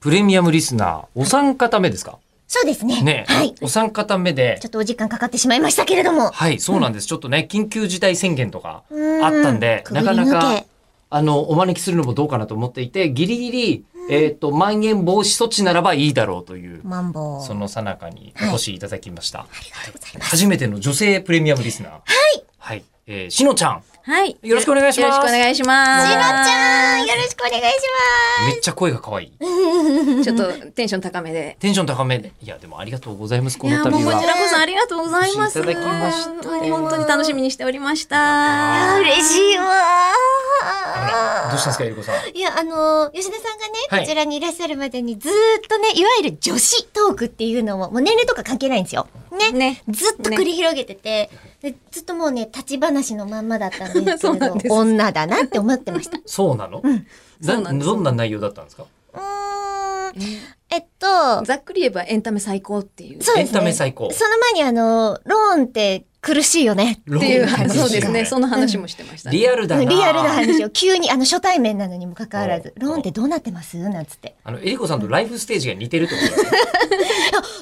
プレミアムリスナー、お三方目ですかそうですね。ね、はい。お三方目でちょ、っとお時間かかってしまいましたけれども。はい、そうなんです。ちょっとね、緊急事態宣言とかうあったんで、くぐなりか抜けなか、あの、お招きするのもどうかなと思っていて、ギリギリ、えっ、と、まん延防止措置ならばいいだろうという、マンボウ。その最中にお越しいただきました。ありがとうございます。初めての女性プレミアムリスナー。はい。はい。えー、しのちゃん。はい。よろしくお願いしますよろしくお願いします。しのちゃん、よろしくお願いしめっちゃ声が可愛い。ちょっとテンション高めで。テンション高めで。いや、でもありがとうございます、こいのや、度もうこちは。らこそありがとうございます。お越しいただきました本当に本当に楽しみにしておりました。ます。嬉しいわあらどうしたんですか、ゆりこさん。いや、あの、吉田さんがね、はいこちらにいらっしゃるまでにずーっとね、いわゆる女子トークっていうのを、もう年齢とか関係ないんですよ。ね。ねずっと繰り広げてて、でずっともうね、立ち話のまんまだったん ですけそうれなどんで、す女だなって思ってま した。うそうなの、そうななんですどんな内容だったんですかーん、ねえっと、ざっくり言えばエンタメ最高っていう。そうエですね。ンタメ最高その前にあの、ローンって苦しいよね。っっていう話そうですね。その話もしてました。リアルだな。リアルな話を急に、あの、初対面なのにもかかわらず、おローンってどうなってますなんつって。あの、えりこさんとライフステージが似てるってことだ ね。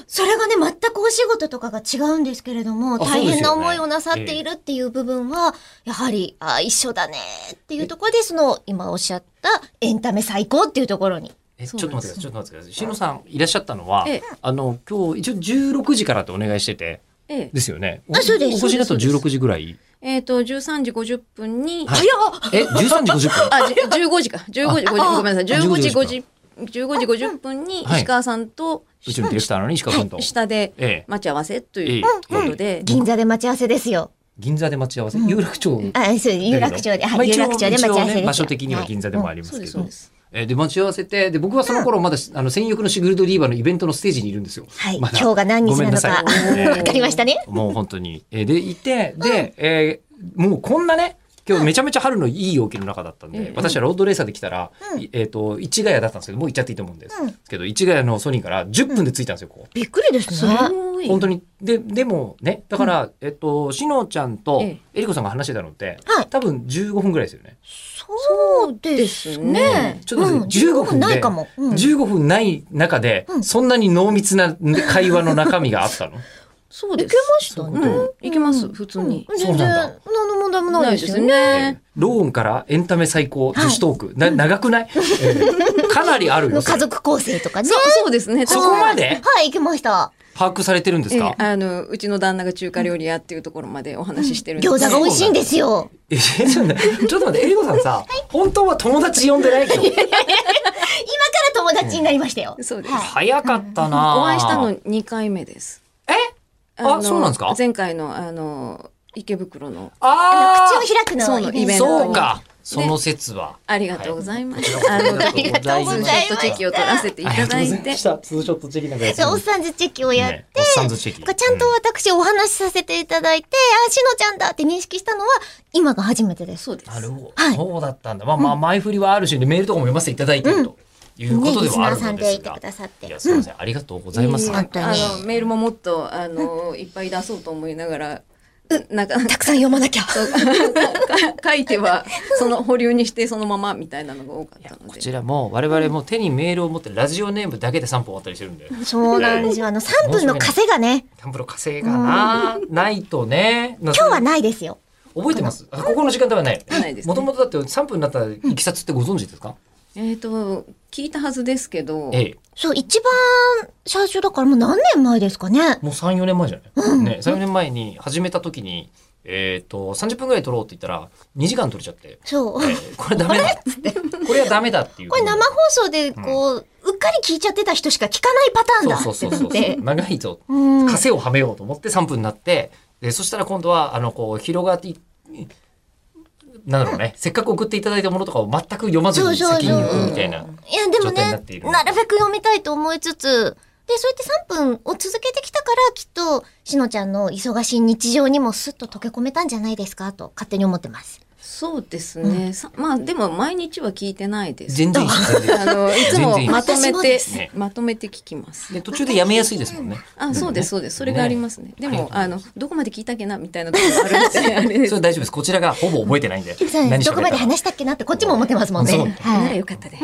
それがね、全くお仕事とかが違うんですけれども、あそう大ですよね変な思いをなさっているっていう部分は、やはり、あ一緒だねっていうところで、その、今おっしゃった、エンタメ最高っていうところに。え、ちそょうっなとん待っですてください。ちょっと待ってください。しのさんいらっしゃったのは、ええあの、今日一応16時からってお願いしてて、ええですよね。あそうですお越しだとそうですそうです16時ぐらい。えっと、13時50分に、はい早っえ、13時50分 あ、じ15時か。15時、50ごめんなさい。15時15時50、15時50分にはい石川さんとうちのディレクターのね、石川さんと。下でええ。待ち合わせとえいえうことで、銀座で待ち合わせですよ。銀座で待ち合わせ。有楽町。あ、そう、有楽町で、はい、有楽町で待ち一合わせで応すねよ。場所的にははい銀座でもありまそすうでけす、そうどで。す。えーで、待ち合わせて、で、僕はその頃まだ、あの、専用のシグルドリーバのイベントのステージにいるんですよ。はい、ま今だ日が何日なのか。 わごめんなさいえーかりましたね。もう本当に。えーで、いて、で、えーもうこんなね、今日めちゃめちゃ春のいい陽気の中だったんで、うん私はロードレーサーで来たら、うんいえっ、と、市ヶ谷だったんですけど、もう行っちゃっていいと思うんです。うんけど、市ヶ谷のソニーから10分で着いたんですよ、こびっくりですすね。ごう。い。本当に。で、でもね、だから、えっ、と、しのちゃんとええりこさんが話してたのって、はい多分15分ぐらいですよね。そうですね。ちょっと待ってうん15分でないかも。うん15分ない中で、うんそんなに濃密な会話の中身があったのそうです。いけましたねうんいけます、うん普通に。うんそう全然なんだ何の問題もないですよえね。ーローンからエンタメ最高、女子トーク。な長くない、えーかなりあるよ。 のそれ家族構成とかね。そう、そうですね。そこまではい、行きました。把握されてるんでえすかえ、あの、うちの旦那が中華料理屋っていうところまでお話ししてるんで餃子が美味しいんですよ。えちょっと待ってちょっと待って、えりこさんさ、本当は友達呼んでないけど。今から友達になりましたよ。そうです。は早かったなお会いしたの2回目です。えあのそうなんですか前回の、あの、池袋の、あい。ー口を開くそうののイベンイベト。ントにそうか。その説は。ありがとうございましはた。いあの、ありがとうございましたツーショットチェキを取らせていありたがとだうございいてま。した。ツーショットチェキなんかやつそうおっさんずチェキをやってね、おっさんずチェキ。こうちゃんとう私お話しさせていただいて、あ、しのちゃんだって認識したのは今が初めてです。そうでなるす。ほど、はいそうだったんだ。まあまあ前振りはあるし、メールとかも読ませていただいてるということでリスはあナーるさのんでですいてがく。ださって。いや、すみません、ありがとうございます。いえいえ本当にあのメールももっとあのいっぱい出そうと思いながら、 なんかたくさん読まなきゃ。そうかか書いてはその保留にしてそのままみたいなのが多かったのこでちらも我々も手にメールを持ってラジオネームだけで3本終わったりしてるんで。そうなんですよ。あの、3分の稼がね、キャンプロ稼がな、ないとね。今今日はないですよ。覚えてますあここの時間ではない。ないですねもともとだって3分になったいきさつってご存知ですかえっ、と聞いたはずですけど、ええ。そう、一番最初だからもう何年前ですかね。もう3、4年前じゃないね、3、4年前に始めた時に、えっと、30分ぐらい撮ろうって言ったら、2時間撮れちゃって。そう。ええこれダメだ。 これはダメだっていう。これ生放送でこう、うっかり聞いちゃってた人しか聞かないパターンだそうってそうなそっうそてう。。長いぞ。うん。枷をはめようと思って3分になって、でそしたら今度はあのこう広がっていなんだろうね、せっかく送っていただいたものとかを全く読まずにそうそうそう先に読むみたいな。いや、でも状態になねっているな、るべく読みたいと思いつつ、で、そうやって3分を続けてきたから、きっと、しのちゃんの忙しい日常にもすっと溶け込めたんじゃないですか、と勝手に思ってます。そうですね、さまあでも毎日は聞いてないです全然いいです全然いい あのいつ全も然いいまとめて私もですまとめて聞きますで途中でやめやすいですもんね。あそうですそうですそれがありますねでありもあがとうございまのすどこまで聞いたっけなみたいなところがあるんであれです それ大丈夫です。こちらがほぼ覚えてないんで。そうですどこまで話ししたっけなってこっちも思ってますもんねそう。ならはい。よかったです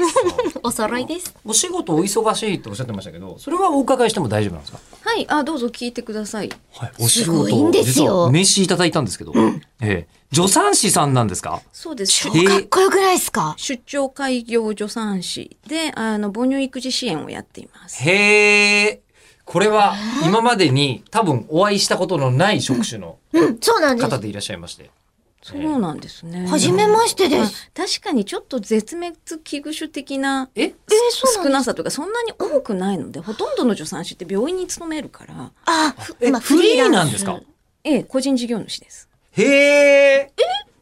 お揃いです。お仕事お忙しいっておっしゃってましたけど、それはお伺いしても大丈夫なんですか。はいあどうぞ聞いてくださいはい、お仕事すごいんです実よは名刺いただいたんですけど、ええ、助産師さんなんですか。そうですえ出ーかっこよくないですか出張開業助産師であの母乳育児支援をやっていますへえ、これは今までに多分お会いしたことのない職種のうん、そうなんで方す。でいらっしゃいまして。そうなんですね初めましてです。まあ確かにちょっと絶滅危惧種的なえ、そうなんです少なさというかそんなに多くないので、ほとんどの助産師って病院に勤めるから、あ、えふまあフリーなんですか。ええ、個人事業主です。へえ、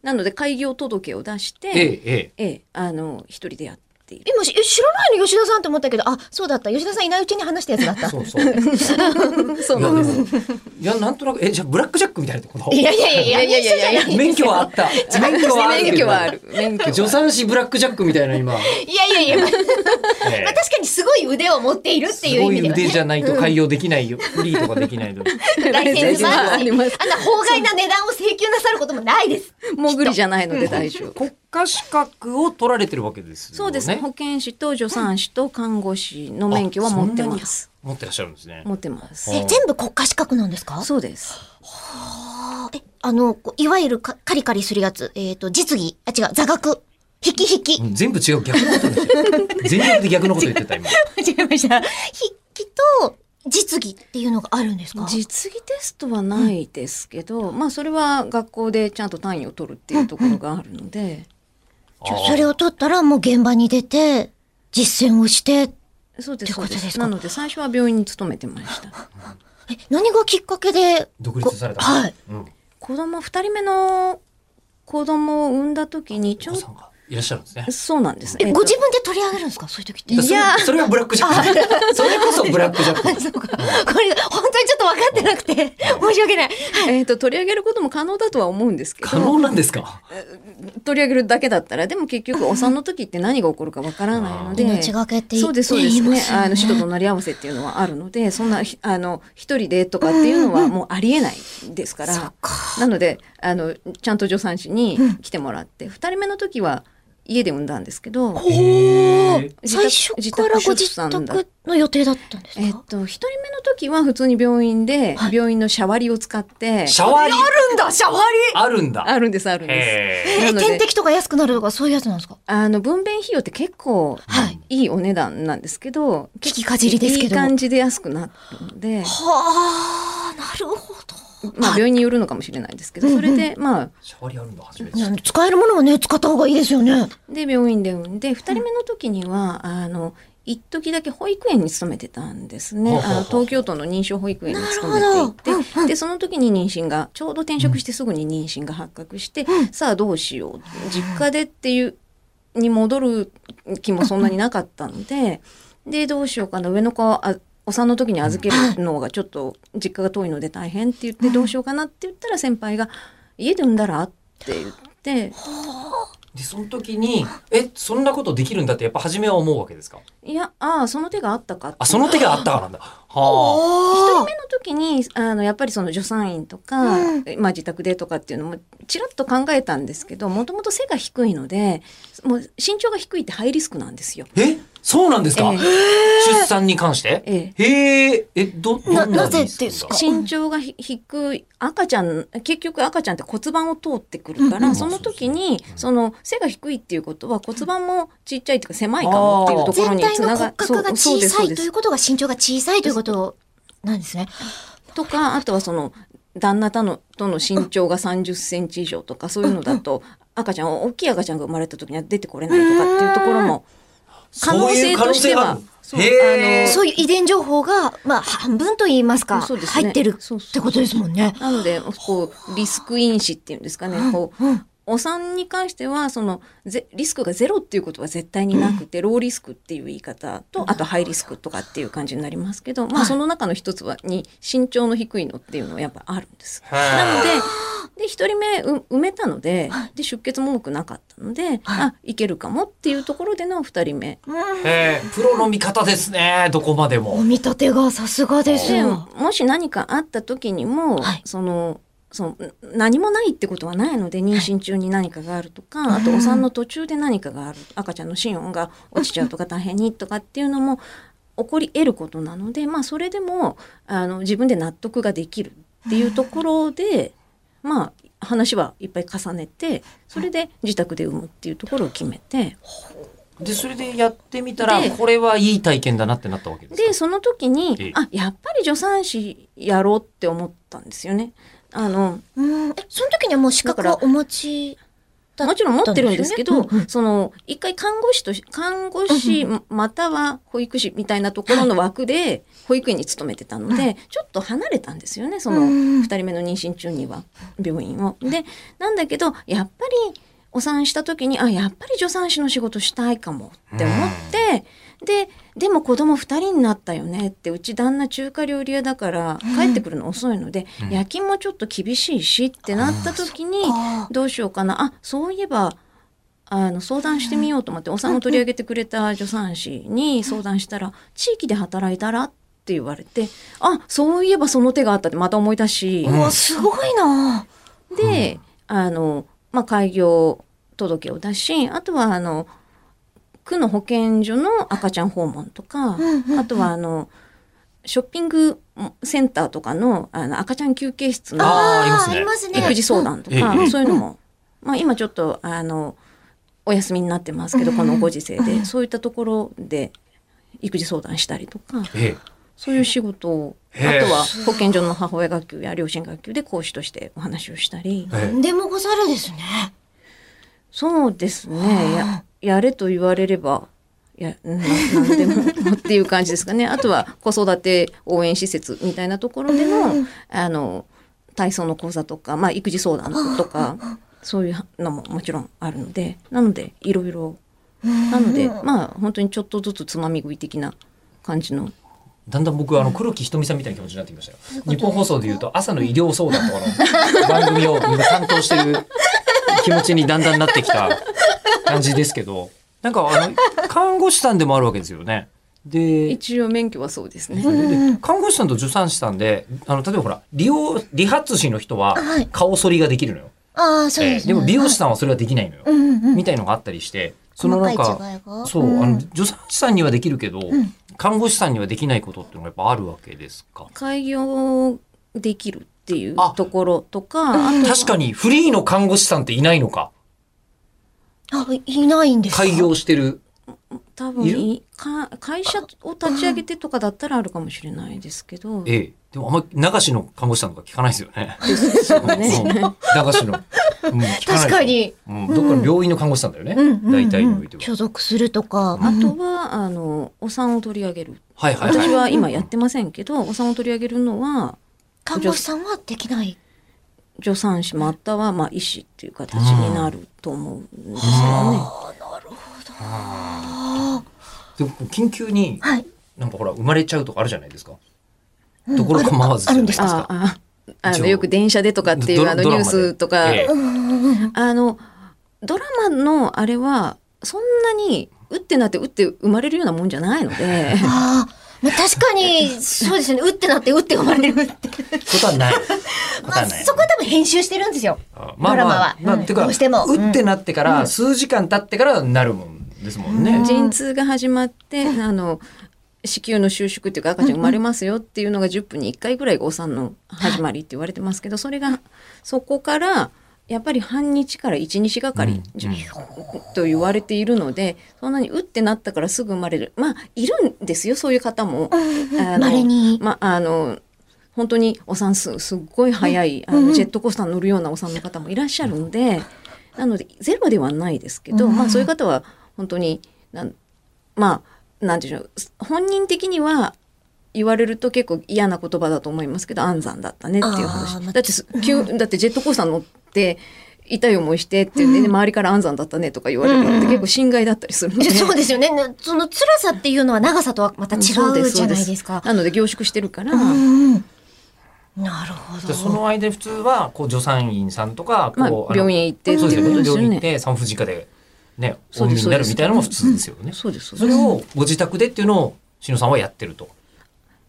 なので開業届を出して、えええ、ええ、あの一人でやっている。今しえ知らないの吉田さんって思ったけど、あ、そうだった。吉田さんいないうちに話したやつだっえ、た。そう そう。い そうやでなんです。も、いやなんとなくえじゃあブラックジャックみたいなってこと。いやいやいやいやいやいやいやいや免許はあった。免許はある。免許はある。 免許はある助産師ブラックジャックみたいな今。いやいやいや、まあええまあ確かにすごい腕を持っているってすいうご意味いでは腕ね。じゃないと開業できないよ。フリーとかできないのに。ライセンスもあラるし、イセンスもありあんな ます法外な値段を請求なさることもないです。もぐりじゃないので大丈夫。国家資格を取られてるわけですよね。そうですね。保健師と助産師と看護師の免許は持ってます。持ってらっしゃるんですね。持ってますあ。え、全部国家資格なんですかそうです。あえ、あの、こういわゆるかカリカリするやつ、えっ、と、実技、あ、違う、座学、引き引き。うん全部違う逆のことですよ。全力で逆のこと言ってた 今。 違いました。筆記と実技っていうのがあるんですか実技テストはないですけど、まあそれは学校でちゃんと単位を取るっていうところがあるので、ちょそれを取ったらもう現場に出て、実践をして、そうでっすてそこうとでですかす。なので最初は病院に勤めてました。え、何がきっかけで、独立された。こはい。。うん。子供二人目の子供を産んだ時にちおょ子っさんがいらっしゃるんですねと。そうなんです。え、っとご自分で取り上げるんですかそういう時って。だからそれそれはブラックジャック。それこそブラックジャ ック。そうか。これ、本当にちょっと分かってなくて、申し訳ない。えっと取り上げることも可能だとは思うんですけど、可能なんですか。取り上げるだけだったらでも結局お産の時って何が起こるかわからないので命がけって言いそうですそうです言いまねすよねあの死と隣り合わせっていうのはあるのでそんなひあの一人でとかっていうのはもうありえないですから、そっか。なのであのちゃんと助産師に来てもらって、二人目の時は家で産んだんですけどおーへー最初からご自なんだ宅の予定だったんですかえっと一人目の時は普通に病院で、はい病院のシャワリを使ってシャワリるんだ、シャワリあるんだ。あるんですあるんです。へーえなので点滴とか安くなるとかそういうやつなんですかあの分娩費用って結構はいいいお値段なんですけど、聞きかじりですけどいい感じで安くなるのはで、あ、なるほまあ病院によるのかもしれないですけど、それでまあシャワリあるんだ初めてど。。なんで使えるものはね、使った方がいいですよね。で病院で産んで2人目の時には、あの一時だけ保育園に勤めてたんですほうねほうあほうの東京都の認証保育園に勤めていなるて、でその時に妊娠がちょうど転職してすぐに妊娠が発覚して、さあどうしよう実家でっていうに戻る気もそんなになかったのででどうしようかな上の子はあお産の時に預けるのがちょっと実家が遠いので大変って言ってどうしようかなって言ったら先輩が「家で産んだら?」って言って。でその時にえそんなことできるんだってやっぱ初めは思うわけですか。いや、ああ、その手があったかって。あその手があったからなんだ。は一人おー目の時に、あの、やっぱりその助産院とか、うんまあ自宅でとかっていうのも、ちらっと考えたんですけど、もともと背が低いので、もう身長が低いってハイリスクなんですよ。あ。えそうなんですか。え出産に関して。ええへえ、え、ど、どんなななぜリスクですがか身長がひ低い赤ちゃん結局赤ちゃんって骨盤を通ってくるから、うんその時そうにそうそうその背が低いっていうことは骨盤もちっちゃいっていうか狭いかもっていうところ全に体つのな骨が格がそうそう小ですそさういですということが身長が小さいということなんですね。とかあとはその旦那とのとの身長が3 0センチ以上とかそういうのだと赤ちゃん大きい赤ちゃんが生まれた時には出てこれないとかっていうところも可能性としてはそういう可能性があるへえそうそういう遺伝情報が、まあ、半分と言いますか、そうですね入ってるってことですもんね。あのなのでこうリスク因子っていうんですかねこううんお産に関してはそのぜリスクがゼロっていうことは絶対になくて、ローリスクっていう言い方とあとハイリスクとかっていう感じになりますけど、まはいあ、その中の一つはに身長の低いのっていうのはやっぱあるんです。なのはでで1人目う埋めたのでで出血も多くなかったので、あいけるかもっていうところでの2人目うんいへープロの味方ですねどこまでおも。見立てがさすがですでよ。もし何かあった時にも、はいそのそのん何もないってことはないので妊娠中に何かがあるとか、あとお産の途中で何かがある赤ちゃんの心音が落ちちゃうとか大変にとかっていうのも起こり得ることなので、まあ、それでもあの自分で納得ができるっていうところで、まあ話はいっぱい重ねてそれで自宅で産むっていうところを決めて。でそれでやってみたらでこれはいい体験だなってなったわけですかでその時ええにあやっぱり助産師やろうって思ったんですよね。あのうん。え、その時にはもう資格だはかお持ちだったもちろん持ってるんですけんど、ですよねその一回看護師とし看護師または保育士みたいなところの枠で保育園に勤めてたので、ちょっと離れたんですよねそのうん2人目の妊娠中には病院を。でなんだけどやっぱりお産した時にあやっぱり助産師の仕事したいかもって思って、ででも子供2人になったよねってうち旦那中華料理屋だから帰ってくるの遅いので、うん夜勤もちょっと厳しいしってなった時に。あどうしようかなあそういえばあの相談してみようと思ってお産を取り上げてくれた助産師に相談したら「地域で働いたら?」って言われて「あそういえばその手があった」ってまた思い出しーうわ、すごいな。であの、まあ、開業届を出しあとはあの区の保健所の赤ちゃん訪問とかうんうんうんあとはあのショッピングセンターとかのあの赤ちゃん休憩室のあーありますーねありますね。育児相談とえか、えええそういうのも、まあ、今ちょっとあのお休みになってますけど、このご時世で、そういったところで育児相談したりとかええそういう仕事を、へえあとは保健所の母親学級や両親学級で講師としてお話をしたり、えうん。でもござるですね。そうですねややれと言われれば。いやななんでもっていう感じですか ねあとは子育て応援施設みたいなところでの,、うんあの体操の講座とか、まあ、育児相談とかそういうのももちろんあるのでなのでいろいろなので、まあ本当にちょっとずつつまみ食い的な感じのだんだん僕はあの黒木瞳さんみたいな気持ちになってきましたよ。日本放送でいうと朝の医療相談とかの番組を今担当してる気持ちにだんだんなってき た感じですけど、なんかあの看護師さんでもあるわけですよね。で、一応免許はそうですね。で看護師さんと助産師さんで、あの例えばほら理容理髪師の人ははい顔剃りができるのよ。ああ、そうですね。でも美容師さんはそれはできないのよ。はい。うんうん。みたいのがあったりして、その細かないんか。違いが。そう、んあの助産師さんにはできるけど、ん看護師さんにはできないことっていうのがやっぱあるわけですか。開業できるっていうあところとかあとは確かにフリーの看護師さんっていないのかあ、いないんですか開業してる多分いか会社を立ち上げてとかだったらあるかもしれないですけど。ええでもあんまり流しの看護師さんとか聞かないですよね。ですよねうん流しの、うん聞かない確か、に。うん、どっかの病院の看護師さんだよね、うんうんうん大体においては、所属するとか。あとはあのお産を取り上げるはいはいはい私は今やってませんけどお産を取り上げるのは看護師さんはできない。助産師またはまあ医師っていう形になると思うんですよね。でも緊急にはい。なんかほら生まれちゃうとかあるじゃないですか、ところ構わずじゃないですあかあああ一応のよく電車でとかっていドうラあのドニラュマーでスとか、ええあのドラマのあれはそんなに打ってなって打って生まれるようなもんじゃないのでああ。まあ確か に、そうですよね。打ってなって、打って生まれるって。ことはないこと まあはないそこは多分編集してるんですよ。あドラマはまあうんてかどうしても打ってなってから数時間経ってからなるもんですもんね、陣痛が始まってあの子宮の収縮っていうか赤ちゃん生まれますよっていうのが10分に1回ぐらいがお産の始まりって言われてますけどそれがそこからやっぱり半日から1日がかり、うんうんと言われているのでそんなにうってなったからすぐ生まれるまあいるんですよそういう方も。あの稀にまあの本当にお産すすっごい早い、あのジェットコースター乗るようなお産の方もいらっしゃるので、なのでゼロではないですけど、まあ、そういう方は本当になんまあなんていうの本人的には言われると結構嫌な言葉だと思いますけど安産だったねっていうあ話ーまあだってす急だってジェットコースター乗って痛い思いしてって、ね周りから安産だったねとか言われるのって結構心外だったりするので、そうですよね。ねその辛さっていうのは長さとはまた違そうでうすじそゃうなでいすですか。なので凝縮してるから、うんうんなるほじゃど。あその間普通はこう助産院さんとかまあこう、病院へ行ってってそうですいうよことねですよ病院行っね。て産婦人科でねおそう産でみすになるみたいなのも普通ですよね。そうですそうそですれをご自宅でっていうのをしのさんはやってると。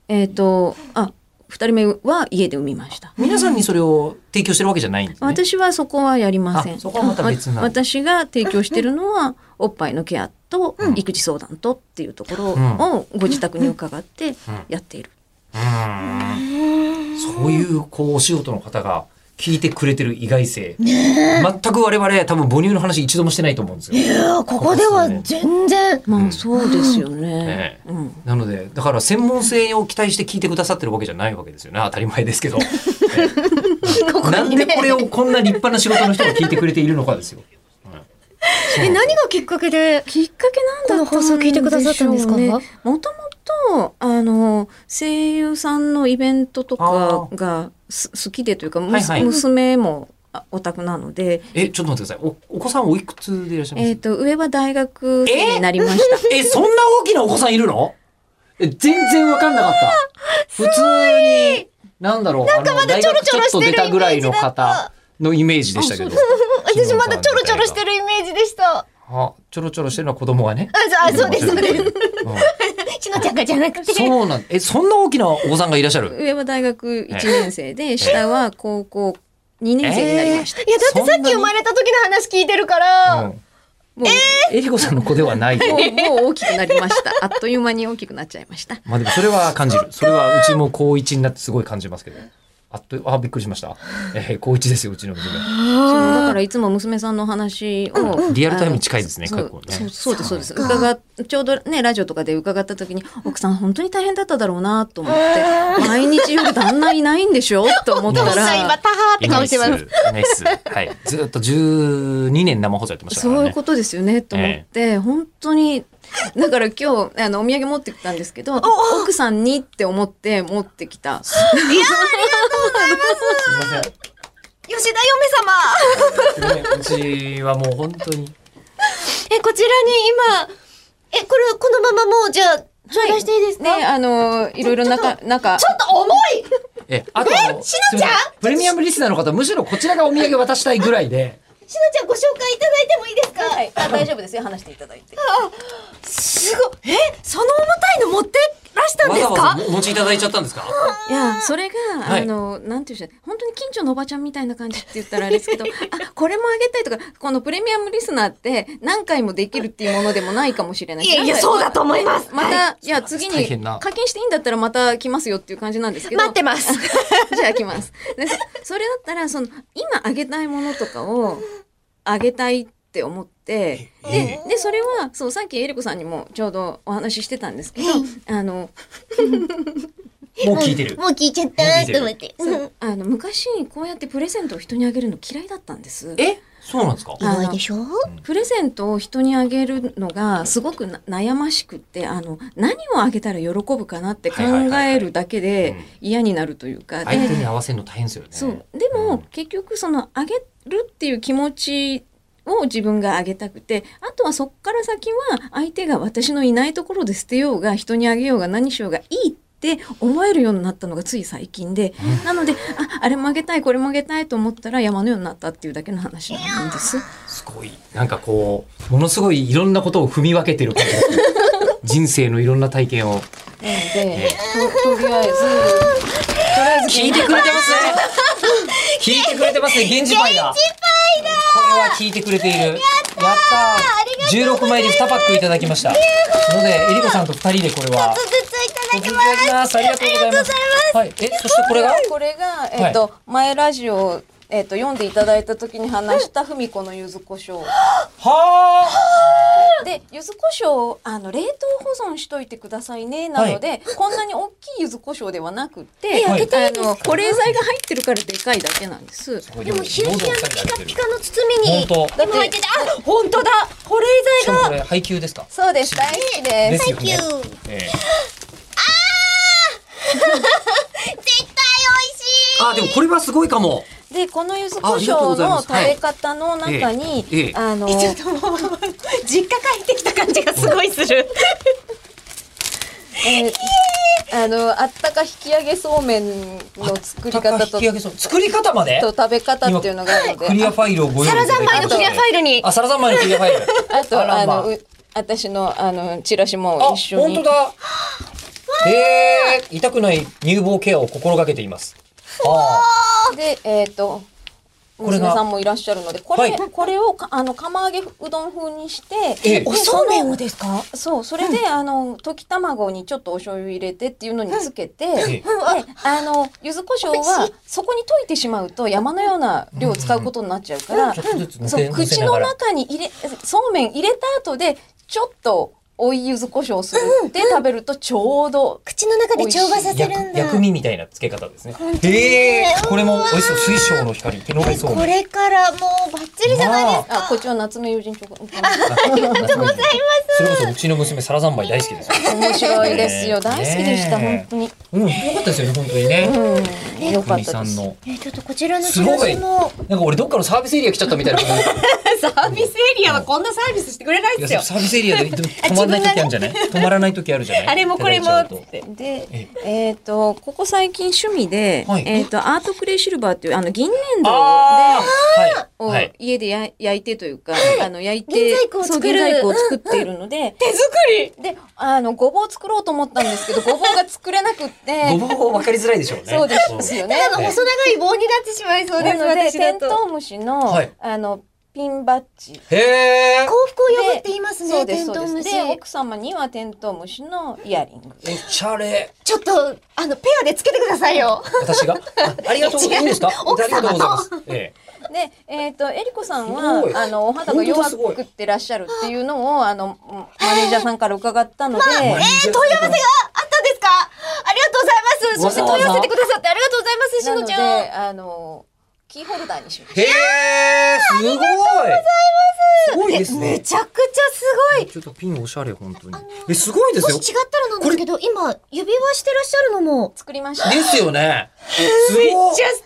えっ、とあ二人目は家で産みました。皆さんにそれを提供してるわけじゃないんですね。私はそこはやりません。あそこはまた別なんだわ私が提供してるのは、おっぱいのケアと育児相談とっていうところをご自宅に伺ってやっている。うーんそういうこうお仕事の方が聞いてくれてる意外性。全く我々多分母乳の話一度もしてないと思うんですよ。いやーここでは全然。んまあそうですよねね。うん。なので、だから専門性を期待して聞いてくださってるわけじゃないわけですよね。当たり前ですけ ど。ここなんにでねこれをこんな立派な仕事の人が聞いてくれているのかですよ。え、何がきっかけできっかけなんだったんでしょうねこの放送聞いてくださったんですかもともと、あの、声優さんのイベントとかがす好きでというか、むはいはい娘もあオタクなので、え、ちょっと待ってください。お、お子さんおいくつでいらっしゃいますえっ、と、上は大学生になりました。え、そんな大きなお子さんいるのえ、全然わかんなかった。普通に、なんだろう、なんかまだちょろちょろしてるイメージ出たぐらいの方のイメージでしたけど。私まだちょろちょろしてる。るイメージでした。あ、あ、ちょろちょろしてるのは子供はね。そうあそうです、そうです。うしのちゃんがじゃなくんて。そうなんえ、そんな大きなお子さんがいらっしゃる上は大学1年生で、下は高校2年生になりました。いや、だってさっき生まれた時の話聞いてるから、うんもうえりこさんの子ではない。もうもう大きくなりました。 あっという間に大きくなっちゃいました。まあでもそれは感じる。それはうちも高一になってすごい感じますけど。あっと、あ、びっくりしました。えー高一ですよ、うちの娘。そうだからいつも娘さんの話をリアルタイムに近いですねあの過去ねそうそうそうですそうです。伺っちょうどねラジオとかで伺った時に奥さん本当に大変だっただろうなと思って毎日夜旦那いないんでしょと思っ たおっしゃん今、らたはーって顔してます。いないっす。いないっすはい。ずっと12年生放送やってましたからね。そういうことですよねと思って本当にだから今日あのお土産持ってきたんですけど奥さんにって思って持ってきた。すいません。吉田すい嫁ませんうちはもう本当に。様。え、こちらに今、え、これ、このままもう、じゃあ、頂戴していいですか、ねあのいろいろ中中ちょっと重いえ、あと、しのちゃんすいませプレミアムリスナーの方、むしろこちらがお土産渡したいぐらいで、しのちゃんご紹介いただいてもいいですか、はい、あ大丈夫ですよ話していただいて。すごい。え、その重たいの持ってらしたんわですざかわざお持ちいただいちゃったんですかいやそれが、はいあのなんていうんでしょう本当に近所のおばちゃんみたいな感じって言ったらあれ ですけどあこれもあげたいとかこのプレミアムリスナーって何回もできるっていうものでもないかもしれないいやいや、そうだと思います。また、はいい、や次大に変な課金していいんだったらまた来ますよっていう感じなんですけど待ってます。じゃあ来ます。でそそれだったらその今あげたいものとかをあげたいって思ってででそれはそうさっきエリコさんにもちょうどお話ししてたんですけど あのもう聞いてる。もう聞いちゃったーと思って。そうあの昔こうやってプレゼントを人にあげるの嫌いだったんです。えそうなんですか意外でしょプレゼントを人にあげるのがすごくな悩ましくってあの何をあげたら喜ぶかなって考えるだけはいはいはいではい嫌になるというか、相手でに合わせるの大変ですよね。そうでも、結局そのあげるっていう気持ちを自分があげたくてあとはそっから先は相手が私のいないところで捨てようが人にあげようが何しようがいいって思えるようになったのがつい最近で、なのでああれもあげたいこれもあげたいと思ったら山のようになったっていうだけの話なんです。すごい。なんかこう、ものすごいいろんなことを踏み分けてる感じですね人生のいろんな体験を。なのえで、ととりあえず、とりあえず聞いてくれてますね。聞いてくれてますね。現地パイだ。これは聞いてくれている。やったー。十六枚入り二パックいただきました。のでえりこさんと二人でこれは。ずついただきいまただきます。ありがとうございます。はい。え、そしてこれが。これが、えっ、と、は前ラジオ、えっ、と、読んでいただいた時に話した芙美子の柚子胡椒。はで、柚子胡椒を、あの、冷凍保存しといてくださいね、なので、こんなに大きい柚子胡椒ではなくて、開けてあの、保冷剤が入ってるからでかいだけなんです。ー。でも、ヒューヒューピカピしかカの包みに、本当今入ってて、あ、本当だ保冷剤もこがれ配給ですか。そうです、大好きで。ですすよね Thank you。ええ絶対美味しいあ、でもこれはすごいかも。で、でこの柚子あ胡ありがとうご椒ざいまのす食べ方の中にええええあのえちょっともう実家帰ってきた感じがすごいする。えーあのあったか引き上げそうめんの作りた方かと引き上げそう作り方までと食べ方っていうのがあるのクリでアファイルをご用意いたサだいてラザンマイのクリアファイルに。あサラザンマイのクリアファイルあとらあまのう私のあのチラシもあ、一緒本に当だ。えー、痛くない乳房ケアを心がけています。あでえっ、とこれが娘さんもいらっしゃるのでこれ、はいこれをかあの釜揚げうどん風にして、ええでおそうめそんのをですか。そうそれで、あの溶き卵にちょっとお醤油入れてっていうのにつけて、んであの柚子胡椒はそこに溶いてしまうと山のような量を使うことになっちゃうから、あ、ちょっとずつ乗そせう乗せ口なのがら。中に入れそうめん入れた後でちょっと追い柚子胡椒をするで食べるとちょうど口の中で調和させ薬るんだ。薬味みたいな付け方ですね本。当にええー、これも美味しそう。水晶の光、手延べそうこめん。れからもうバッチリじゃないですか。あこっちは夏目友人帳かありがとうございます。それこそうちの娘サラザンマイ大好きですよ。面白いですねえよ大好きでした本当に、うん、よかったですよね、本当にね。うん、よか国っ井たさでん すの。えーちょっとこちらのチラシも。なんか俺どっかのサービスエリア来ちゃったみたいなこと。サービスエリアはこんなサービスしてくれないいやサービスエリアで止まらない時あるんじゃない止まらない時あるじゃないいただいちゃうとでえ、えっ、と、ここ最近趣味で、はいえっ、と、アートクレイシルバーっていう、あの、銀粘土ああ、を、はい。はい。家でや焼いてというか、あの、焼い銀て、細工をそう作る銀細工を作っているので、手作り。で、あの、ごぼう作ろうと思ったんで すけど、ごぼうが作れなくって、ごぼう分かりづらいでしょうね。そうですよね。ただの細長い棒になってしまいそうでなす。ので、私テだンと。トウムシの、はいあの、ピンバッジ。へえ。幸福を呼ぶって言いますそうね。でテす、ンそトウうムでシす。。で、奥様にはテントウムシのイヤリング。おしゃれ。ちょっとあのペアでつけてくださいよ。私が。あありがと う。いいんですか。奥様ありがとうございます。えで、えっ、と、えりこさんすごいは、あの、お肌が本当だ弱すごいくってらっしゃるっていうのを、あの、マネージャーさんから伺ったので、え。えー、問い合わせがあったんですかありがとうございます。そしてわざわ問いざ合わせてくださってありがとうございます、しなののちで、ゃん。あの、キーホルダーにしましへえ。すごい。すごいですめね。ちゃくちゃすごい。ちょっとピンおしゃれ本当に。えすごいですよもし。違ったらなんですけど、今、指輪してらっしゃるのも。た。作りました。ですよね。すめっごいち。ゃ素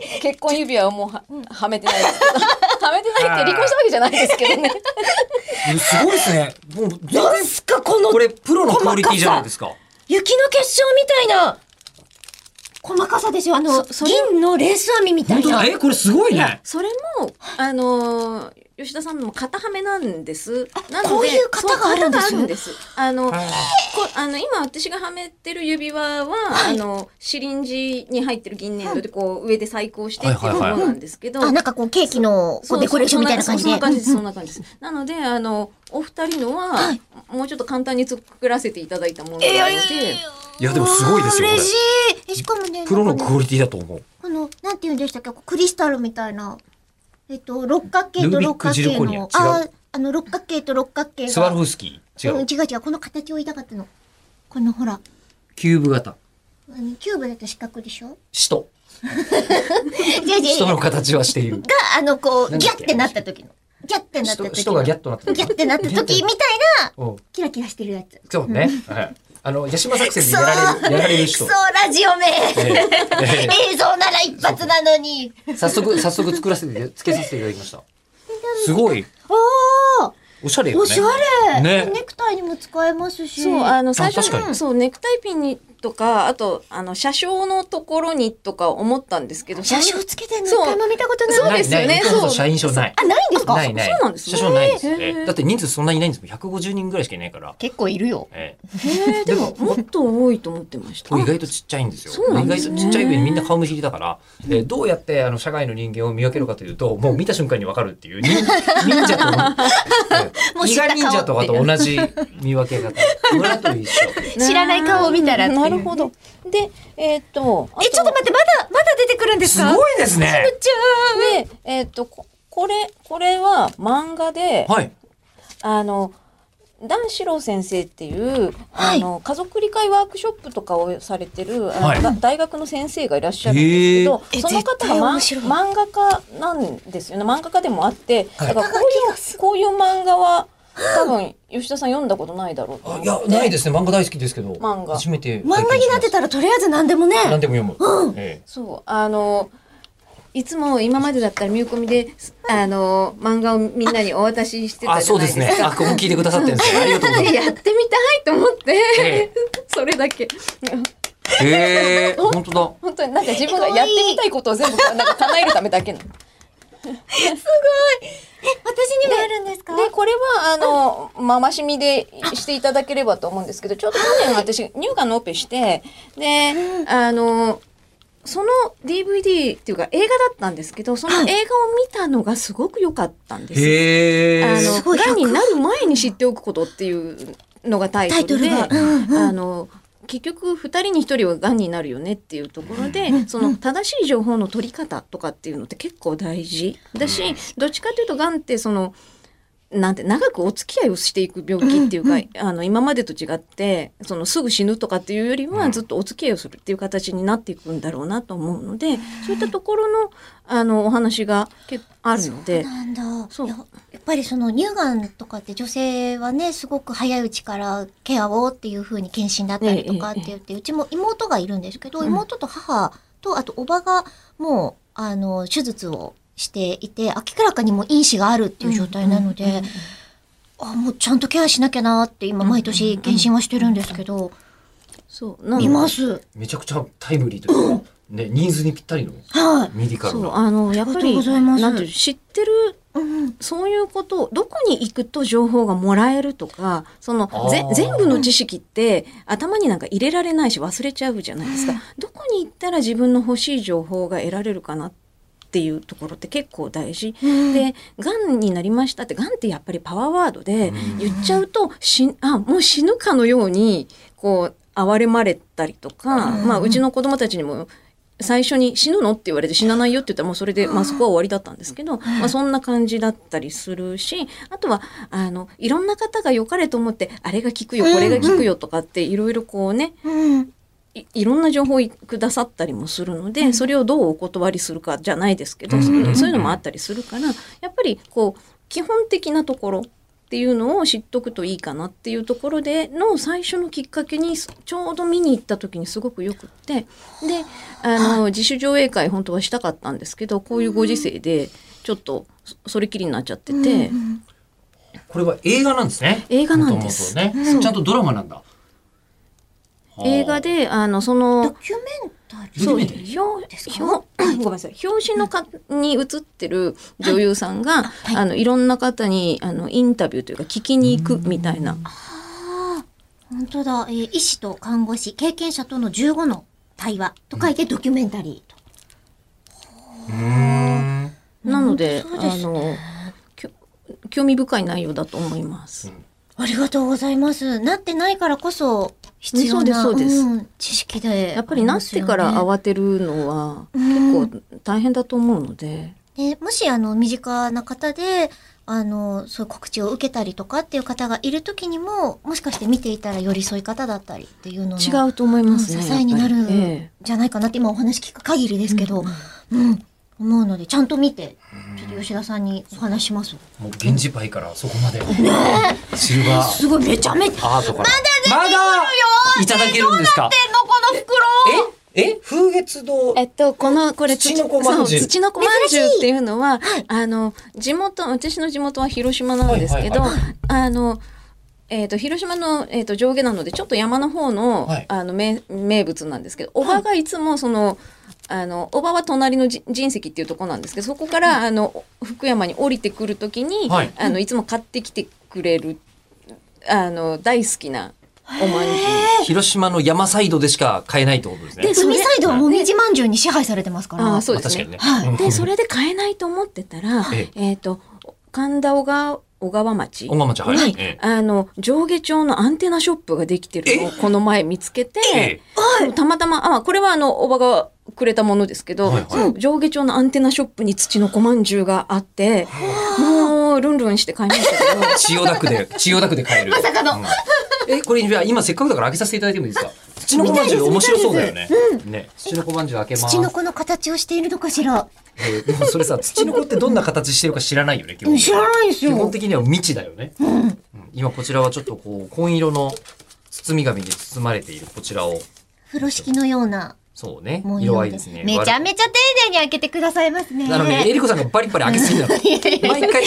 敵 結婚指輪をもうは、はめてないですけど。 はめてないって離婚したわけじゃないですけどね。えすごいですね。もう全然なんすか、このこれプロのクオリティじゃないですか。雪の結晶みたいな、細かさですよ。あの、そそれ銀のレース編みみた本い当なだ。。えこれすごいね。 それも、あのー、吉田さんの肩はめなんです。なのでこういう型があるんですそう型があですあの、はいこあの今私がはめてる指輪は、あのシリンジに入ってる銀粘土でこう上で細工をしてっていうものなんですけど、あ、なんかこう、ケーキのこそううデコレーションみたいな感じで。そうそんな感じですそんな感じですなのであのお二人のは、はいもうちょっと簡単に作らせていただいたものなので、えーいやでもすごいですよわあこれ嬉しい。えしかもね、プロのなんかクねオリティだと思う。あの、なんて言うんでしたっけ、クリスタルみたいな。えっと、六角形とルービッ六ク角ジル形コニアの違う。あー、あの、六角形と六角形が。スワロフスキー。うん違違う。う違う、この形を言いたかったの。このほら、キューブ型。あのキューブだと四角でしょ使徒。使じゃあじゃあじ徒ゃあの形はしている。が、あの、こう、なんギだャっっけてなった時の。ギャってなった時の。人がギャッとなった時ギャってなった時みたいな、うんキラキラしてるやつ。そうね。はい。あの、ヤシマ作戦でやられる、やられるそ人う、。ラジオ名。えええ映像なら一発なのに。え早速、早速作らせて、つけさせていただきました。すごい。おーおしゃれよね。おしゃれ、ねネクタイにも使えますし。そうあの最初確かにそうネクタイピンにとかあとあの車掌のところにとか思ったんですけど写真をつけてるの一そう回も見たことない。そうですよねないないそう日本社員証ない。あ、ないんですかないない。そうなんですね社証ないですへね。えだって人数そんなにいないんですもん。150人ぐらいしかいないから。結構いるよ。ええへーでももっと多いと思ってましたこれ意外とちっちゃいんですよ。そうなん意で外すとねちっちゃい上にみんな顔見知りだから、えーどうやってあの社外の人間を見分けるかというと、もう見た瞬間にわかるっていう、忍忍 者と、もう伊知っ賀た顔っていう忍者とかと同じ見分け方。村と一 緒。知らない顔を見たらっていうなるほどでえーっとえ、ちょっと待って、まだ、まだ出てくるんですすかごいですね。じゃってでえーっとここれこれは漫画で、はい。あの段四郎先生っていう、はいあの家族理解ワークショップとかをされてるあの、はいが大学の先生がいらっしゃるんですけど、へーえその方絶対が、ま、面白い漫画家なんですよね漫画家でもあって、はいだからこういうこういう漫画は多分吉田さん読んだことないだろうとあ思いっやてないですね漫画大好きですけど漫画初めてあ漫画になってたらとりあえず何でもね。何でも読む、ええそうあのいつも今までだったら見込みで、あの、漫画をみんなにお渡ししてたあ、じゃそうないでですすね。か。あ、ここ聞いてくださってるんです ね。ありがとうございまやってみたいと思って、す。え それだけ。えへえ本当だ。本当になんか自分がやってみたいことを全部なんか叶えるためだけなの。で、私にもあるんですかこれは、あの、ママシミでしていただければと思うんですけど、ちょうど去年私、乳がんのオペして、で、あの、その DVD っていうか映画だったんですけど、その映画を見たのがすごく良かったんですよ。へあえすの、ごいがんになる前に知っておくことっていうのがタイタイトトルルが。で、うんうんあの結局2人に1人はがんになるよねっていうところで、その正しい情報の取り方とかっていうのって結構大事だし、どっちかというとがんってそのなんて長くお付き合いをしていく病気っていうか、あの今までと違ってそのすぐ死ぬとかっていうよりうはんずっとお付き合いをするっていう形になっていくんだろうなと思うので、そういったところのあのお話が結構あるので。なんだそうややっぱりその乳がんとかって女性はねすごく早いうちからケアをっていう風に検診だったりとかって言って、うちも妹がいるんですけど、うん妹と母とあとおばがもうあの手術をしていて明らかにもう因子があるっていう状態なので、あもうちゃんとケアしなきゃなって今毎年検診はしてるんですけど、そうな見ます。めちゃくちゃタイムリーというか、ね、ニーズにぴったりのはい、メディカルそうな。あのやっぱありがとうごりざいますなんていう知ってるうん、そういうことをどこに行くと情報がもらえるとかそのあーぜ全部の知識って頭になんか入れられないし忘れちゃうじゃないですか、どこに行ったら自分の欲しい情報が得られるかなっていうところって結構大事、でがんになりましたってがんってやっぱりパワーワードでうん言っちゃうと死あもう死ぬかのようにこう哀れまれたりとか、うんまあ、うちの子供たちにも最初に死ぬのって言われて死なないよって言ったらもうそれで、まあ、そこは終わりだったんですけど、まあ、そんな感じだったりするしあとはあのいろんな方が良かれと思ってあれが効くよこれが効くよとかっていろいろこうねうん、いいろんな情報をくださったりもするのでそれをどうお断りするかじゃないですけど、うんそういうそういうのもあったりするからやっぱりこう基本的なところっていうのを知っとくといいかなっていうところでの最初のきっかけにすちょうど見に行った時にすごくよくってであの自主上映会本当はしたかったんですけどこういうご時世でちょっとそそれきりになっちゃってて、これは映画なんですね。映画なんです元々ねちゃんとドラマなんだ。映画であのそドのキュメンタリーそうドキュメン表タリーです表か ごめんなさい表紙のかに映ってる女優さんが、いい、あのいろんな方にあのインタビューというか聞きに行くみたいな本当だ、えー医師と看護師、経験者との15の対話と書いてドキュメンタリーと。うーん。なのでそうですねあのきょ興味深い内容だと思います。ありがとうございます。なってないからこそ必要な、そうですそううん知識で、やっぱりなってからありま慌てるのはすよねうん結構大変だと思うので、でもしあの身近な方であのそういう告知を受けたりとかっていう方がいる時にももしかして見ていたら寄り添い方だったりっていうのの違うと思いますね。支えになるやっぱりええじゃないかなって今お話聞く限りですけど、うん思うのでちゃんと見てちょっと吉田さんにお話します。もう源氏パイからそこまで。シルバーすごいめちゃめちゃアートから。まだいただけるんですかのこの袋ええ風月堂えっと、この、これ、土の子まんじゅうそう土の子まんじゅうっていうのははい、あの、地元、私の地元は広島なんですけどはいはい、あの、えっと、広島の、えっと、上下なので、ちょっと山の方のはい、あの、名名物なんですけど、おばがいつも、その、あの、おばは隣のじ人石っていうとこなんですけど、そこから、あの、福山に降りてくるときにはい、あの、いつも買ってきてくれる、あの、大好きなおまんじゅう。広島の山サイドでしか買えないってことですね。で海サイドはもみじまんじゅうに支配されてますから。あーそうですねまあ確かにはね。 でそれで買えないと思ってたらええっ、と神田小川小川町小川町はいはええあの上下町のアンテナショップができてるのをこの前見つけて、えそうたまたまあこれはあのおばがくれたものですけど、はいはいそう上下町のアンテナショップに土の小まんじゅうがあってもうルンルンして買いましたけど千代田区 で、千代田区で買える。まさかの。え、これ、じゃあ今せっかくだから開けさせていただいてもいいですか土の子まんじゅう面白そうだよね。ね。土の子まんじゅう開けい。ます。土の子の形をしているのかしら。えーでもそれさ、土の子ってどんな形してるか知らないよね、基本的に知らないですよ基本的には未知だよね。うん今こちらはちょっとこう、紺色の包み紙に包まれているこちらを、風呂敷のような。そうねもう。色合いですね。めちゃめちゃ丁寧に開けてくださいますね。なので、エリコさんがバリバリ開けすぎなの。毎回、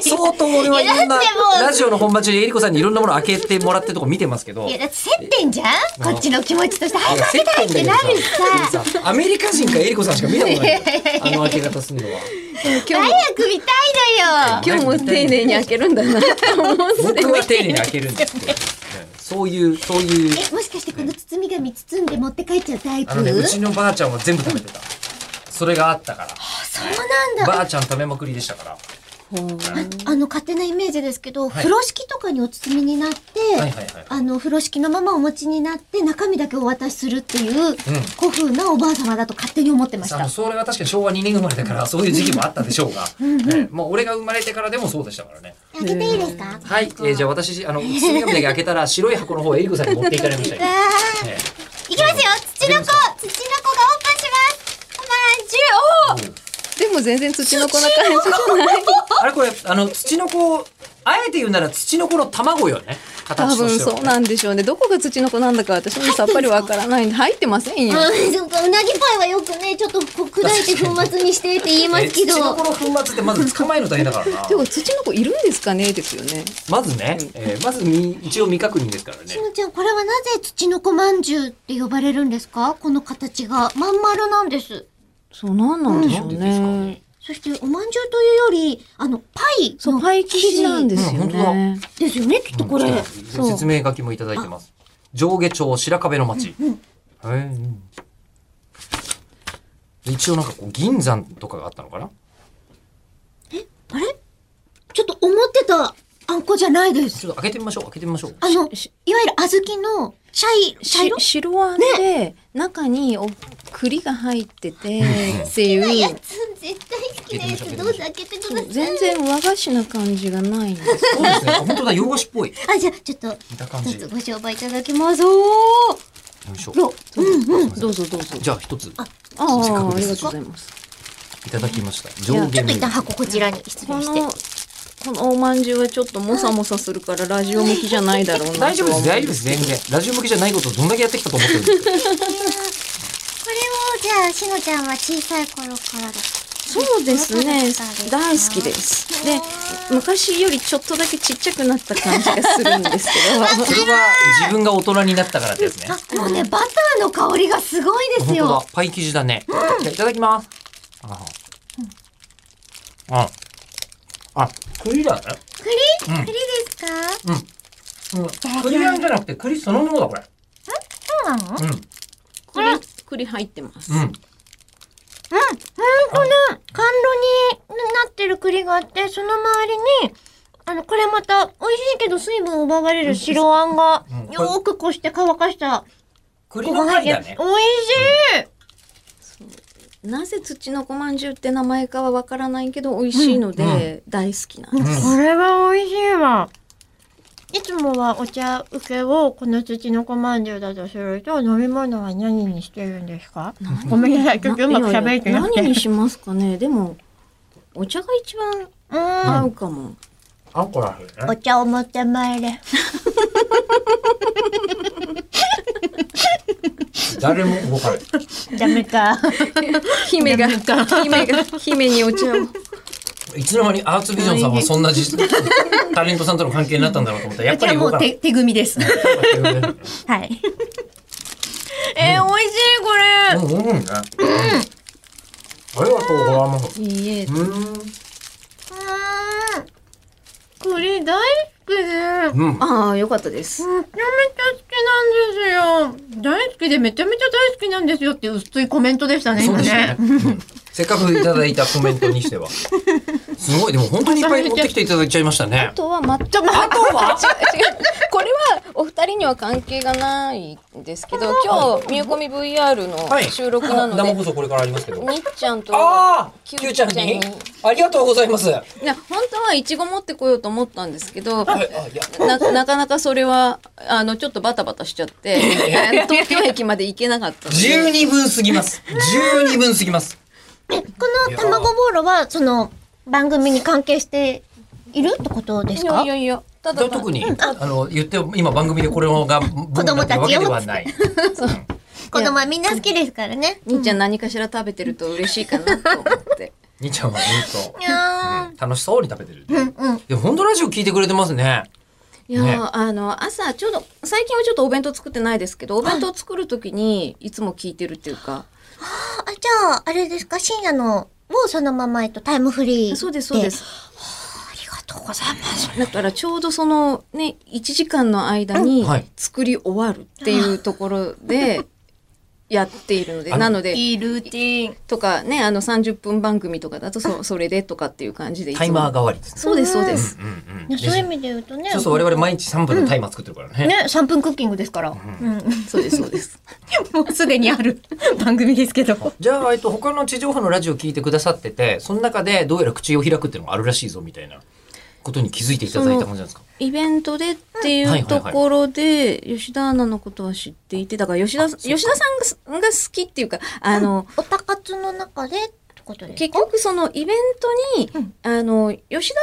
相当俺はいろんなだっても、うラジオの本番中にエリコさんにいろんなもの開けてもらってるとこ見てますけど、いや、いだって接点じゃんこっちの気持ちとして。早やく接点だけど開けたいってなさ、アメリカ人かエリコさんしか見たことない。あの開け方するのは。今日も早く見たいのよ今日も丁寧に開けるんだなって思う僕は丁寧に開けるんですよ。うんそういう、そういう、え、もしかしてこの包み紙包んで持って帰っちゃうタイプあのね、うちのばあちゃんは全部食べてた。それがあったから。そうなんだ。ばあちゃん食べまくりでしたから。あの、勝手なイメージですけど、はい風呂敷とかにお包みになって、はいはいはいあの、風呂敷のままお持ちになって、中身だけお渡しするっていう、古風なおばあ様だと勝手に思ってましあたの。それは確かに昭和2年生まれだから、そういう時期もあったでしょうが。ねもう俺が生まれてからでもそうでしたからね。開けていいですかはい、えーじゃあ私、あの、包み紙だけ開けたら、白い箱の方へエリコさんに持っていかれましたよあ。ーえいきますよ土の子土の子がオープンしますまえうんでも全然土の子な感じあれこれ、あの、土の子を、あえて言うなら土の子の卵よね。多形と分しては。そうなんでしょうねどこが土の子なんだか私もさっぱりわからないんで入ってませんよんじゅ うおーあーそうかうなぎパイはよくねちょっとこう砕いて粉末にしてって言いますえけど土の子の粉末ってまず捕まえるの大変だからなて。か土の子いるんですかねですよねまずね、えーまずみ一応未確認ですからねし。のちゃんこれはなぜ土の子まんじゅうって呼ばれるんですかこの形がまん丸なんですそうなんなんでしょなうんでですかねそしておまんじゅうというよりあのパイそうのパイ生地なんですすよねですよねきっとこれ、そう説明書きもいただいてます。上下町白壁の町。へえうん一応なんかこう銀山とかがあったのかなあれちょっと思ってたあんこじゃないですちょっと開けてみましょう開けてみましょう。あのいわゆる小豆の茶い茶し色白あんで中にお栗が入っててっていやうつ絶対好きなやつどうぞ開けてください全然和菓子な感じがないんですそうですね。あ本当だ洋菓子っぽい。あじゃあちょっと見た感じ。一よつご商売いただきますおーいしょ。どうぞどうぞじゃあ一ついあせっかあくあでりすがとうございますただきました。い上やち下ょっとメニ一ュ旦ー箱こちらに失こ礼してのこのおまんじゅうはちょっともさもさするからラジオ向きじゃないだろうな大丈夫です大丈夫ですす全然。ラジオ向けじゃないことをどんだけやってきたと思ってるんですか。これをじゃあしのちゃんは小さい頃からですそうですそねうですか大好きですで昔よりちょっとだけちっちゃくなった感じがするんですけ それは自分が大人になったからってや つね。あもうねバターの香りがすごいです本当よだ。パイ生地だね。じゃあいただきます。ああ。あ、栗だね。栗栗ですかうん。栗あんじゃなくて栗そのものだ、これ。そうなのうん。ど栗栗入ってますうん。甘露煮になってる栗があってその周りにあのこれまた美味しいけど水分を奪われる白あんがうんよーくこして乾かした栗子のが入っ栗てだる美味ね。しいなぜ土のこまんじゅうって名前かはわからないけど美味しいので大好きなんです、これは美味しいわ。いつもはお茶受けをこの土のこまんじゅうだとすると飲み物は何にしてるんですかごめんなさい、ちょっとうまく喋れてなくて。何にしますかねでもお茶が一番うーん合うかも、あんこらへんねお茶を持ってまいれ。誰も動かない。ダメ か。姫が姫が姫にお茶をいつの間にアーツビジョンさんはそんな じタレントさんとの関係になったんだろうと思ったら、やっぱり動かない。手組 みです。はい。えー、美味しいこうれ。ん、うん、うん。ありがとうございます。いいえうーうーん。栗大好きん。で。うん。ああよかったですめちゃめちゃ好きなんですよ。大好きでめちゃめちゃ大好きなんですよっていう薄いコメントでしたね、そう今ですよねね。。うんせっかくいただいたコメントにしては。すごい、でも本当にいっぱい持ってきていただいちゃいましたねあ。とは抹茶ちょっとあと は 違う違うこれはお二人には関係がないんですけど今日「見込み VR」はいの収録なので、生放送これからありますけど。にっちゃんとああ、キキュューーちちゃゃんんにに。ありがとうございます。はいや本当はいちご持ってこようと思ったんですけどい、あいやななかなかそれはあのちょっとバタバタしちゃって 東京駅まで行けなかったので十二分すぎます。十二分すぎます。この卵ボーロは、その、番組に関係しているってことですいやかいやいやただ特に、あの、言って、今番組でこれが、子供たちよわけではない。子供はみんな好きですからね。兄ちゃん何かしら食べてると嬉しいかなと思って。兄ちゃんは本いや当、うん、楽しそうに食べてる。ーうんうん。いや、本当ラジオ聞いてくれてますね。いやー、ねあの朝ちょうど最近はちょっとお弁当作ってないですけどお弁当作る時にいつも聞いてるっていうか、あ、じゃあ、あれですか、深夜の、もうそのまま、えっと、タイムフリー。そうですそうで。すありがとうございます。だからちょうどそのね1時間の間にうんはい作り終わるっていうところで やっているので、あのなのでいいルーティーン。とかねあの30分番組とかだと そそれでとかっていう感じでいつもタイマー代わりです。そうですそうです、うんうんね、そういう意味で言うとね。そうそう、我々毎日3分のタイマー作ってるからね。ね、3分クッキングですから。うん。 そうですそうですもうすでにある 番組ですけど。じゃあ、えっと、他の地上波のラジオ聞いてくださってて、その中でどうやら口を開くっていうのがあるらしいぞみたいなことに気づいていただいた感じなんですかイベントでってうんはいいうはいはといころで、吉田アナのことは知っていて、だから吉田、あそうか吉田さんがすが好きっていうか、あの、おたかつの中でってことです結か局そのイベントに、うんあの、吉田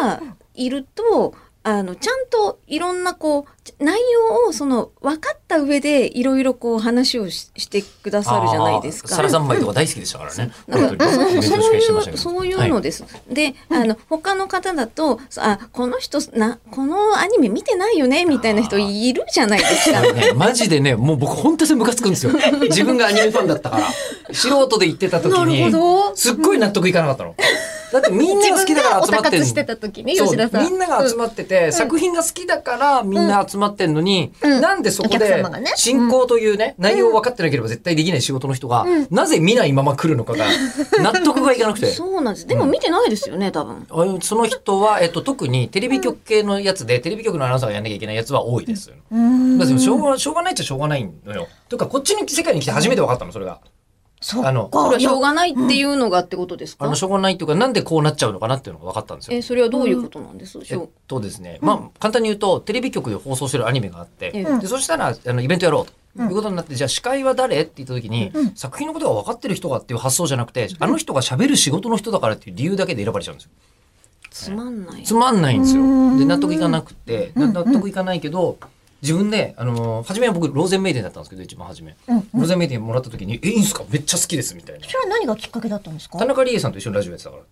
さんがいると、あの、ちゃんといろんなこうち、内容をその、分かった上でいろいろこう話をししてくださるじゃないですか。あー皿三昧とか大好きでしたからね。なんか、本当に勉強しかしそそうてませいんう、けどそういうのはです。で、あの、他の方だと、あ、この人、な、このアニメ見てないよね、みたいな人いるじゃないですか。あのね、マジでね、もう僕本当にムカつくんですよ。自分がアニメファンだったから、素人で言ってた時に、すっごい納得いかなかったの。 だってみんなが好きだから集まってんの。た時ねそうみんなが集まってて、作品が好きだからみんな集まってんのに、なんでそこお客で様がね進行というね、内容を分かってなければ絶対できない仕事の人が、なぜ見ないまま来るのか が納得がいかなくて。そうなんです。でも見てないですよね、多分。あのその人は、えっと、特にテレビ局系のやつで、テレビ局のアナウンサーがやんなきゃいけないやつは多いです。うんだってしょうがしょうがないっちゃしょうがないのよ。というかこっちに世界に来て初めて分かったのそれが。そっあのかこれはしょうがないっていうのがってことですあかのしょうがないというかなんでこうなっちゃうのかなっていうのが分かったんですえ、よ。それはどういうことなんですしえょっうとですね、まあ簡単に言うとテレビ局で放送してるアニメがあって、ええでそしたらあのイベントやろうと。いうことになって、じゃあ司会は誰って言った時に、作品のことが分かってる人がっていう発想じゃなくて、あの人が喋る仕事の人だからっていう理由だけで選ばれちゃうんですよ。つまんない。つまんないんですようん。で、納得いかなくて、な納得いかないけど、自分で、あのー初めは僕、ローゼンメイデンだったんですけど、一番初め。うんローゼンメイデンもらった時に、え、いいんすかめっちゃ好きです、みたいなそ。れは何がきっかけだったんですか田中理恵さんと一緒にラジオやってたから。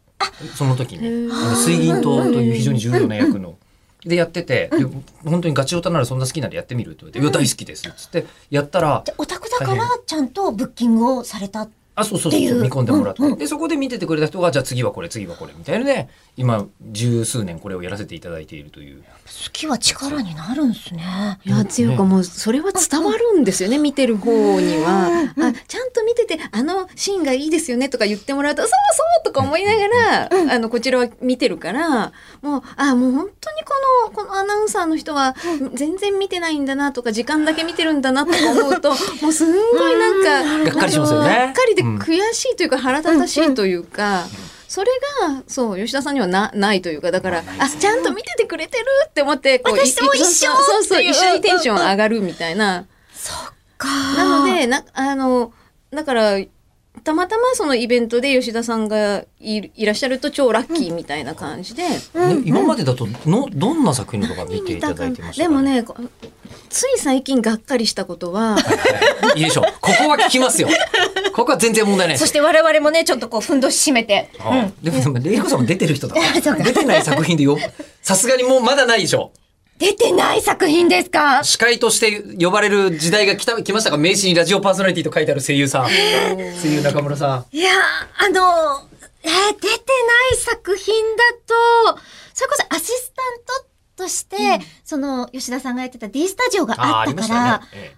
その時へに。ーあの水銀灯という非常に重要な役の。で、やってて、で本当にガチオタならそんな好きなんでやってみるって言われて、いや、大好きです。つって、やったら、じゃあオタクだからちゃんとブッキングをされた。あ、そうそうってそ、いうう見込んでもらって。で、そこで見ててくれた人が、じゃあ次はこれ、次はこれ、みたいなので、今、十数年これをやらせていただいているという。好きは力になるんですね。いや、っていうかもう、それは伝わるんですよね、見てる方には。あ、ちゃんと見てて、あのシーンがいいですよねとか言ってもらうと、そうそうとか思いながら、あの、こちらは見てるから、もう、あ、もう本当にこの、このアナウンサーの人は、全然見てないんだなとか、時間だけ見てるんだなとか思う と、もうすんごいなんか、がっかりしますよねあのがっかりで悔しいというか、腹立たしいというか、それが、そう、吉田さんにはな、ないというか、だから、あ、ちゃんと見ててくれてるって思って、こう私も一緒そうそうそうそうっていう一緒にテンション上がるみたいな。かなので、な、あの、だから、たまたまそのイベントで吉田さんがいいらっしゃると超ラッキーみたいな感じで。ね今までだとのどんな作品とか見ていただいてましたでかも、ね、こつい最近がっかりしたこと は、はいいいでしょうここは聞きますよここは全然問題ないでそすして我々もね、ちょっとこう、ふんどし締めて。はいでもでもレイコさんも出てる人だかあそうから出てない作品でよさすがにもうまだないでしょ出てない作品ですか司会として呼ばれる時代が来た来ましたか名刺にラジオパーソナリティと書いてある声優さん声優中村さんいやー、あの、えー出てない作品だと、それこそアシスタントとして、その、吉田さんがやってた D スタジオがあーああっりたまかしたよらね、、え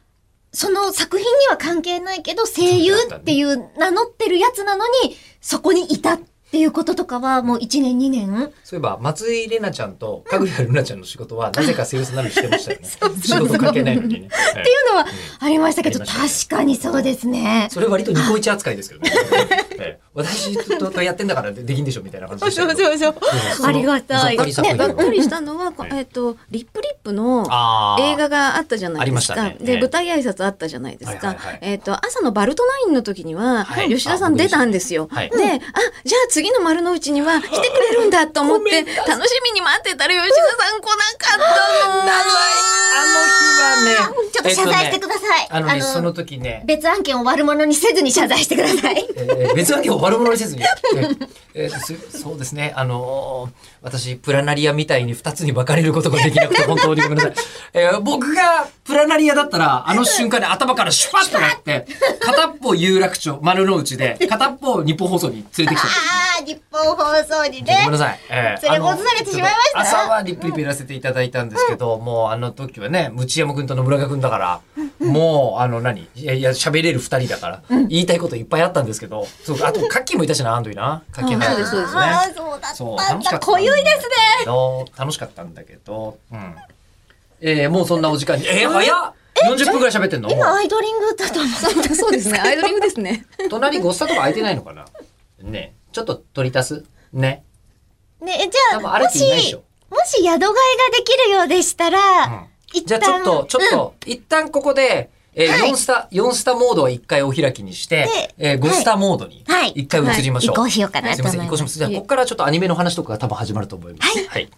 その作品には関係ないけど、声優っていう名乗ってるやつなのに、そこにいたっていうこととかは、もう1年2年えそういえば松井玲奈ちゃんとかぐやるなちゃんの仕事はなぜか声優さんなのにしてましたよねうそう仕事関係ないのにね、はいっていうのはありましたけど、ありま確しかにそうですね。それ割とニコイチ扱いですけどねって、私とやってんだからできんでしょみたいな感じそでうしたけそうそうど。そう。そうありがたいざっくりざっくね、りがっかりしたのは、こはいえっと、リップリップのあー映画があったじゃないですありか。ましたねで、舞台挨拶あったじゃないですはかいはいはい。えっと、朝のバルトナインの時にはは、い吉田さん出たんですよ。はいで、あ、じゃあ次の丸の内には来てくれるんだと思って、楽しみに待ってたら吉田さん来なかったあの日はね、ちょっと謝罪してください。えっとねあのね、その時ね、別案件を悪者にせずに謝罪してくだ さい。えー別案件を悪者にせずに、えーえーすそうですね、あのー私、プラナリアみたいに2つに分かれることができなくて本当にごめんなさい。えー僕がプラナリアだったら、あの瞬間に頭からシュパッとなって、片っぽ有楽町、丸の内で、片っぽ日本放送に連れてきた。ああ、日本放送にごねめん。なさい。え連れ戻されてしまいましたあのちょっと朝はリップリップやらせていただいたんですけど、もうあの時はね、ムチヤマくんと野村くんだから、もう、あの何、いやいや、喋れる二人だから、言いたいこといっぱいあったんですけど、そう、あと、カッキーもいたしな、あんといな。カッキーあもそうですそうですあね。あ、そうだそう、ったん楽しかだ。った。濃ゆいですね。ね。楽しかったんだけど、うん。えー、もうそんなお時間に、えー、早っ !40 分ぐらい喋ってんのもう今アイドリングだと思う。のそうですね、アイドリングですね。隣ごっさとか空いてないのかなねちょっと取り足すね。ね、えじゃ多分あ、歩もいていないでししょ、。もし宿替えができるようでしうたんら、一じゃあちょっと、ちょっと、一旦ここで、えーはい4スタ、4スタモードは一回お開きにして、えー5スタモードにはい一回移りましょ移う。行しようかなすといま思せん、移いま。行しますす。じゃあ、ここからちょっとアニメの話とかが多分始まると思います。はい。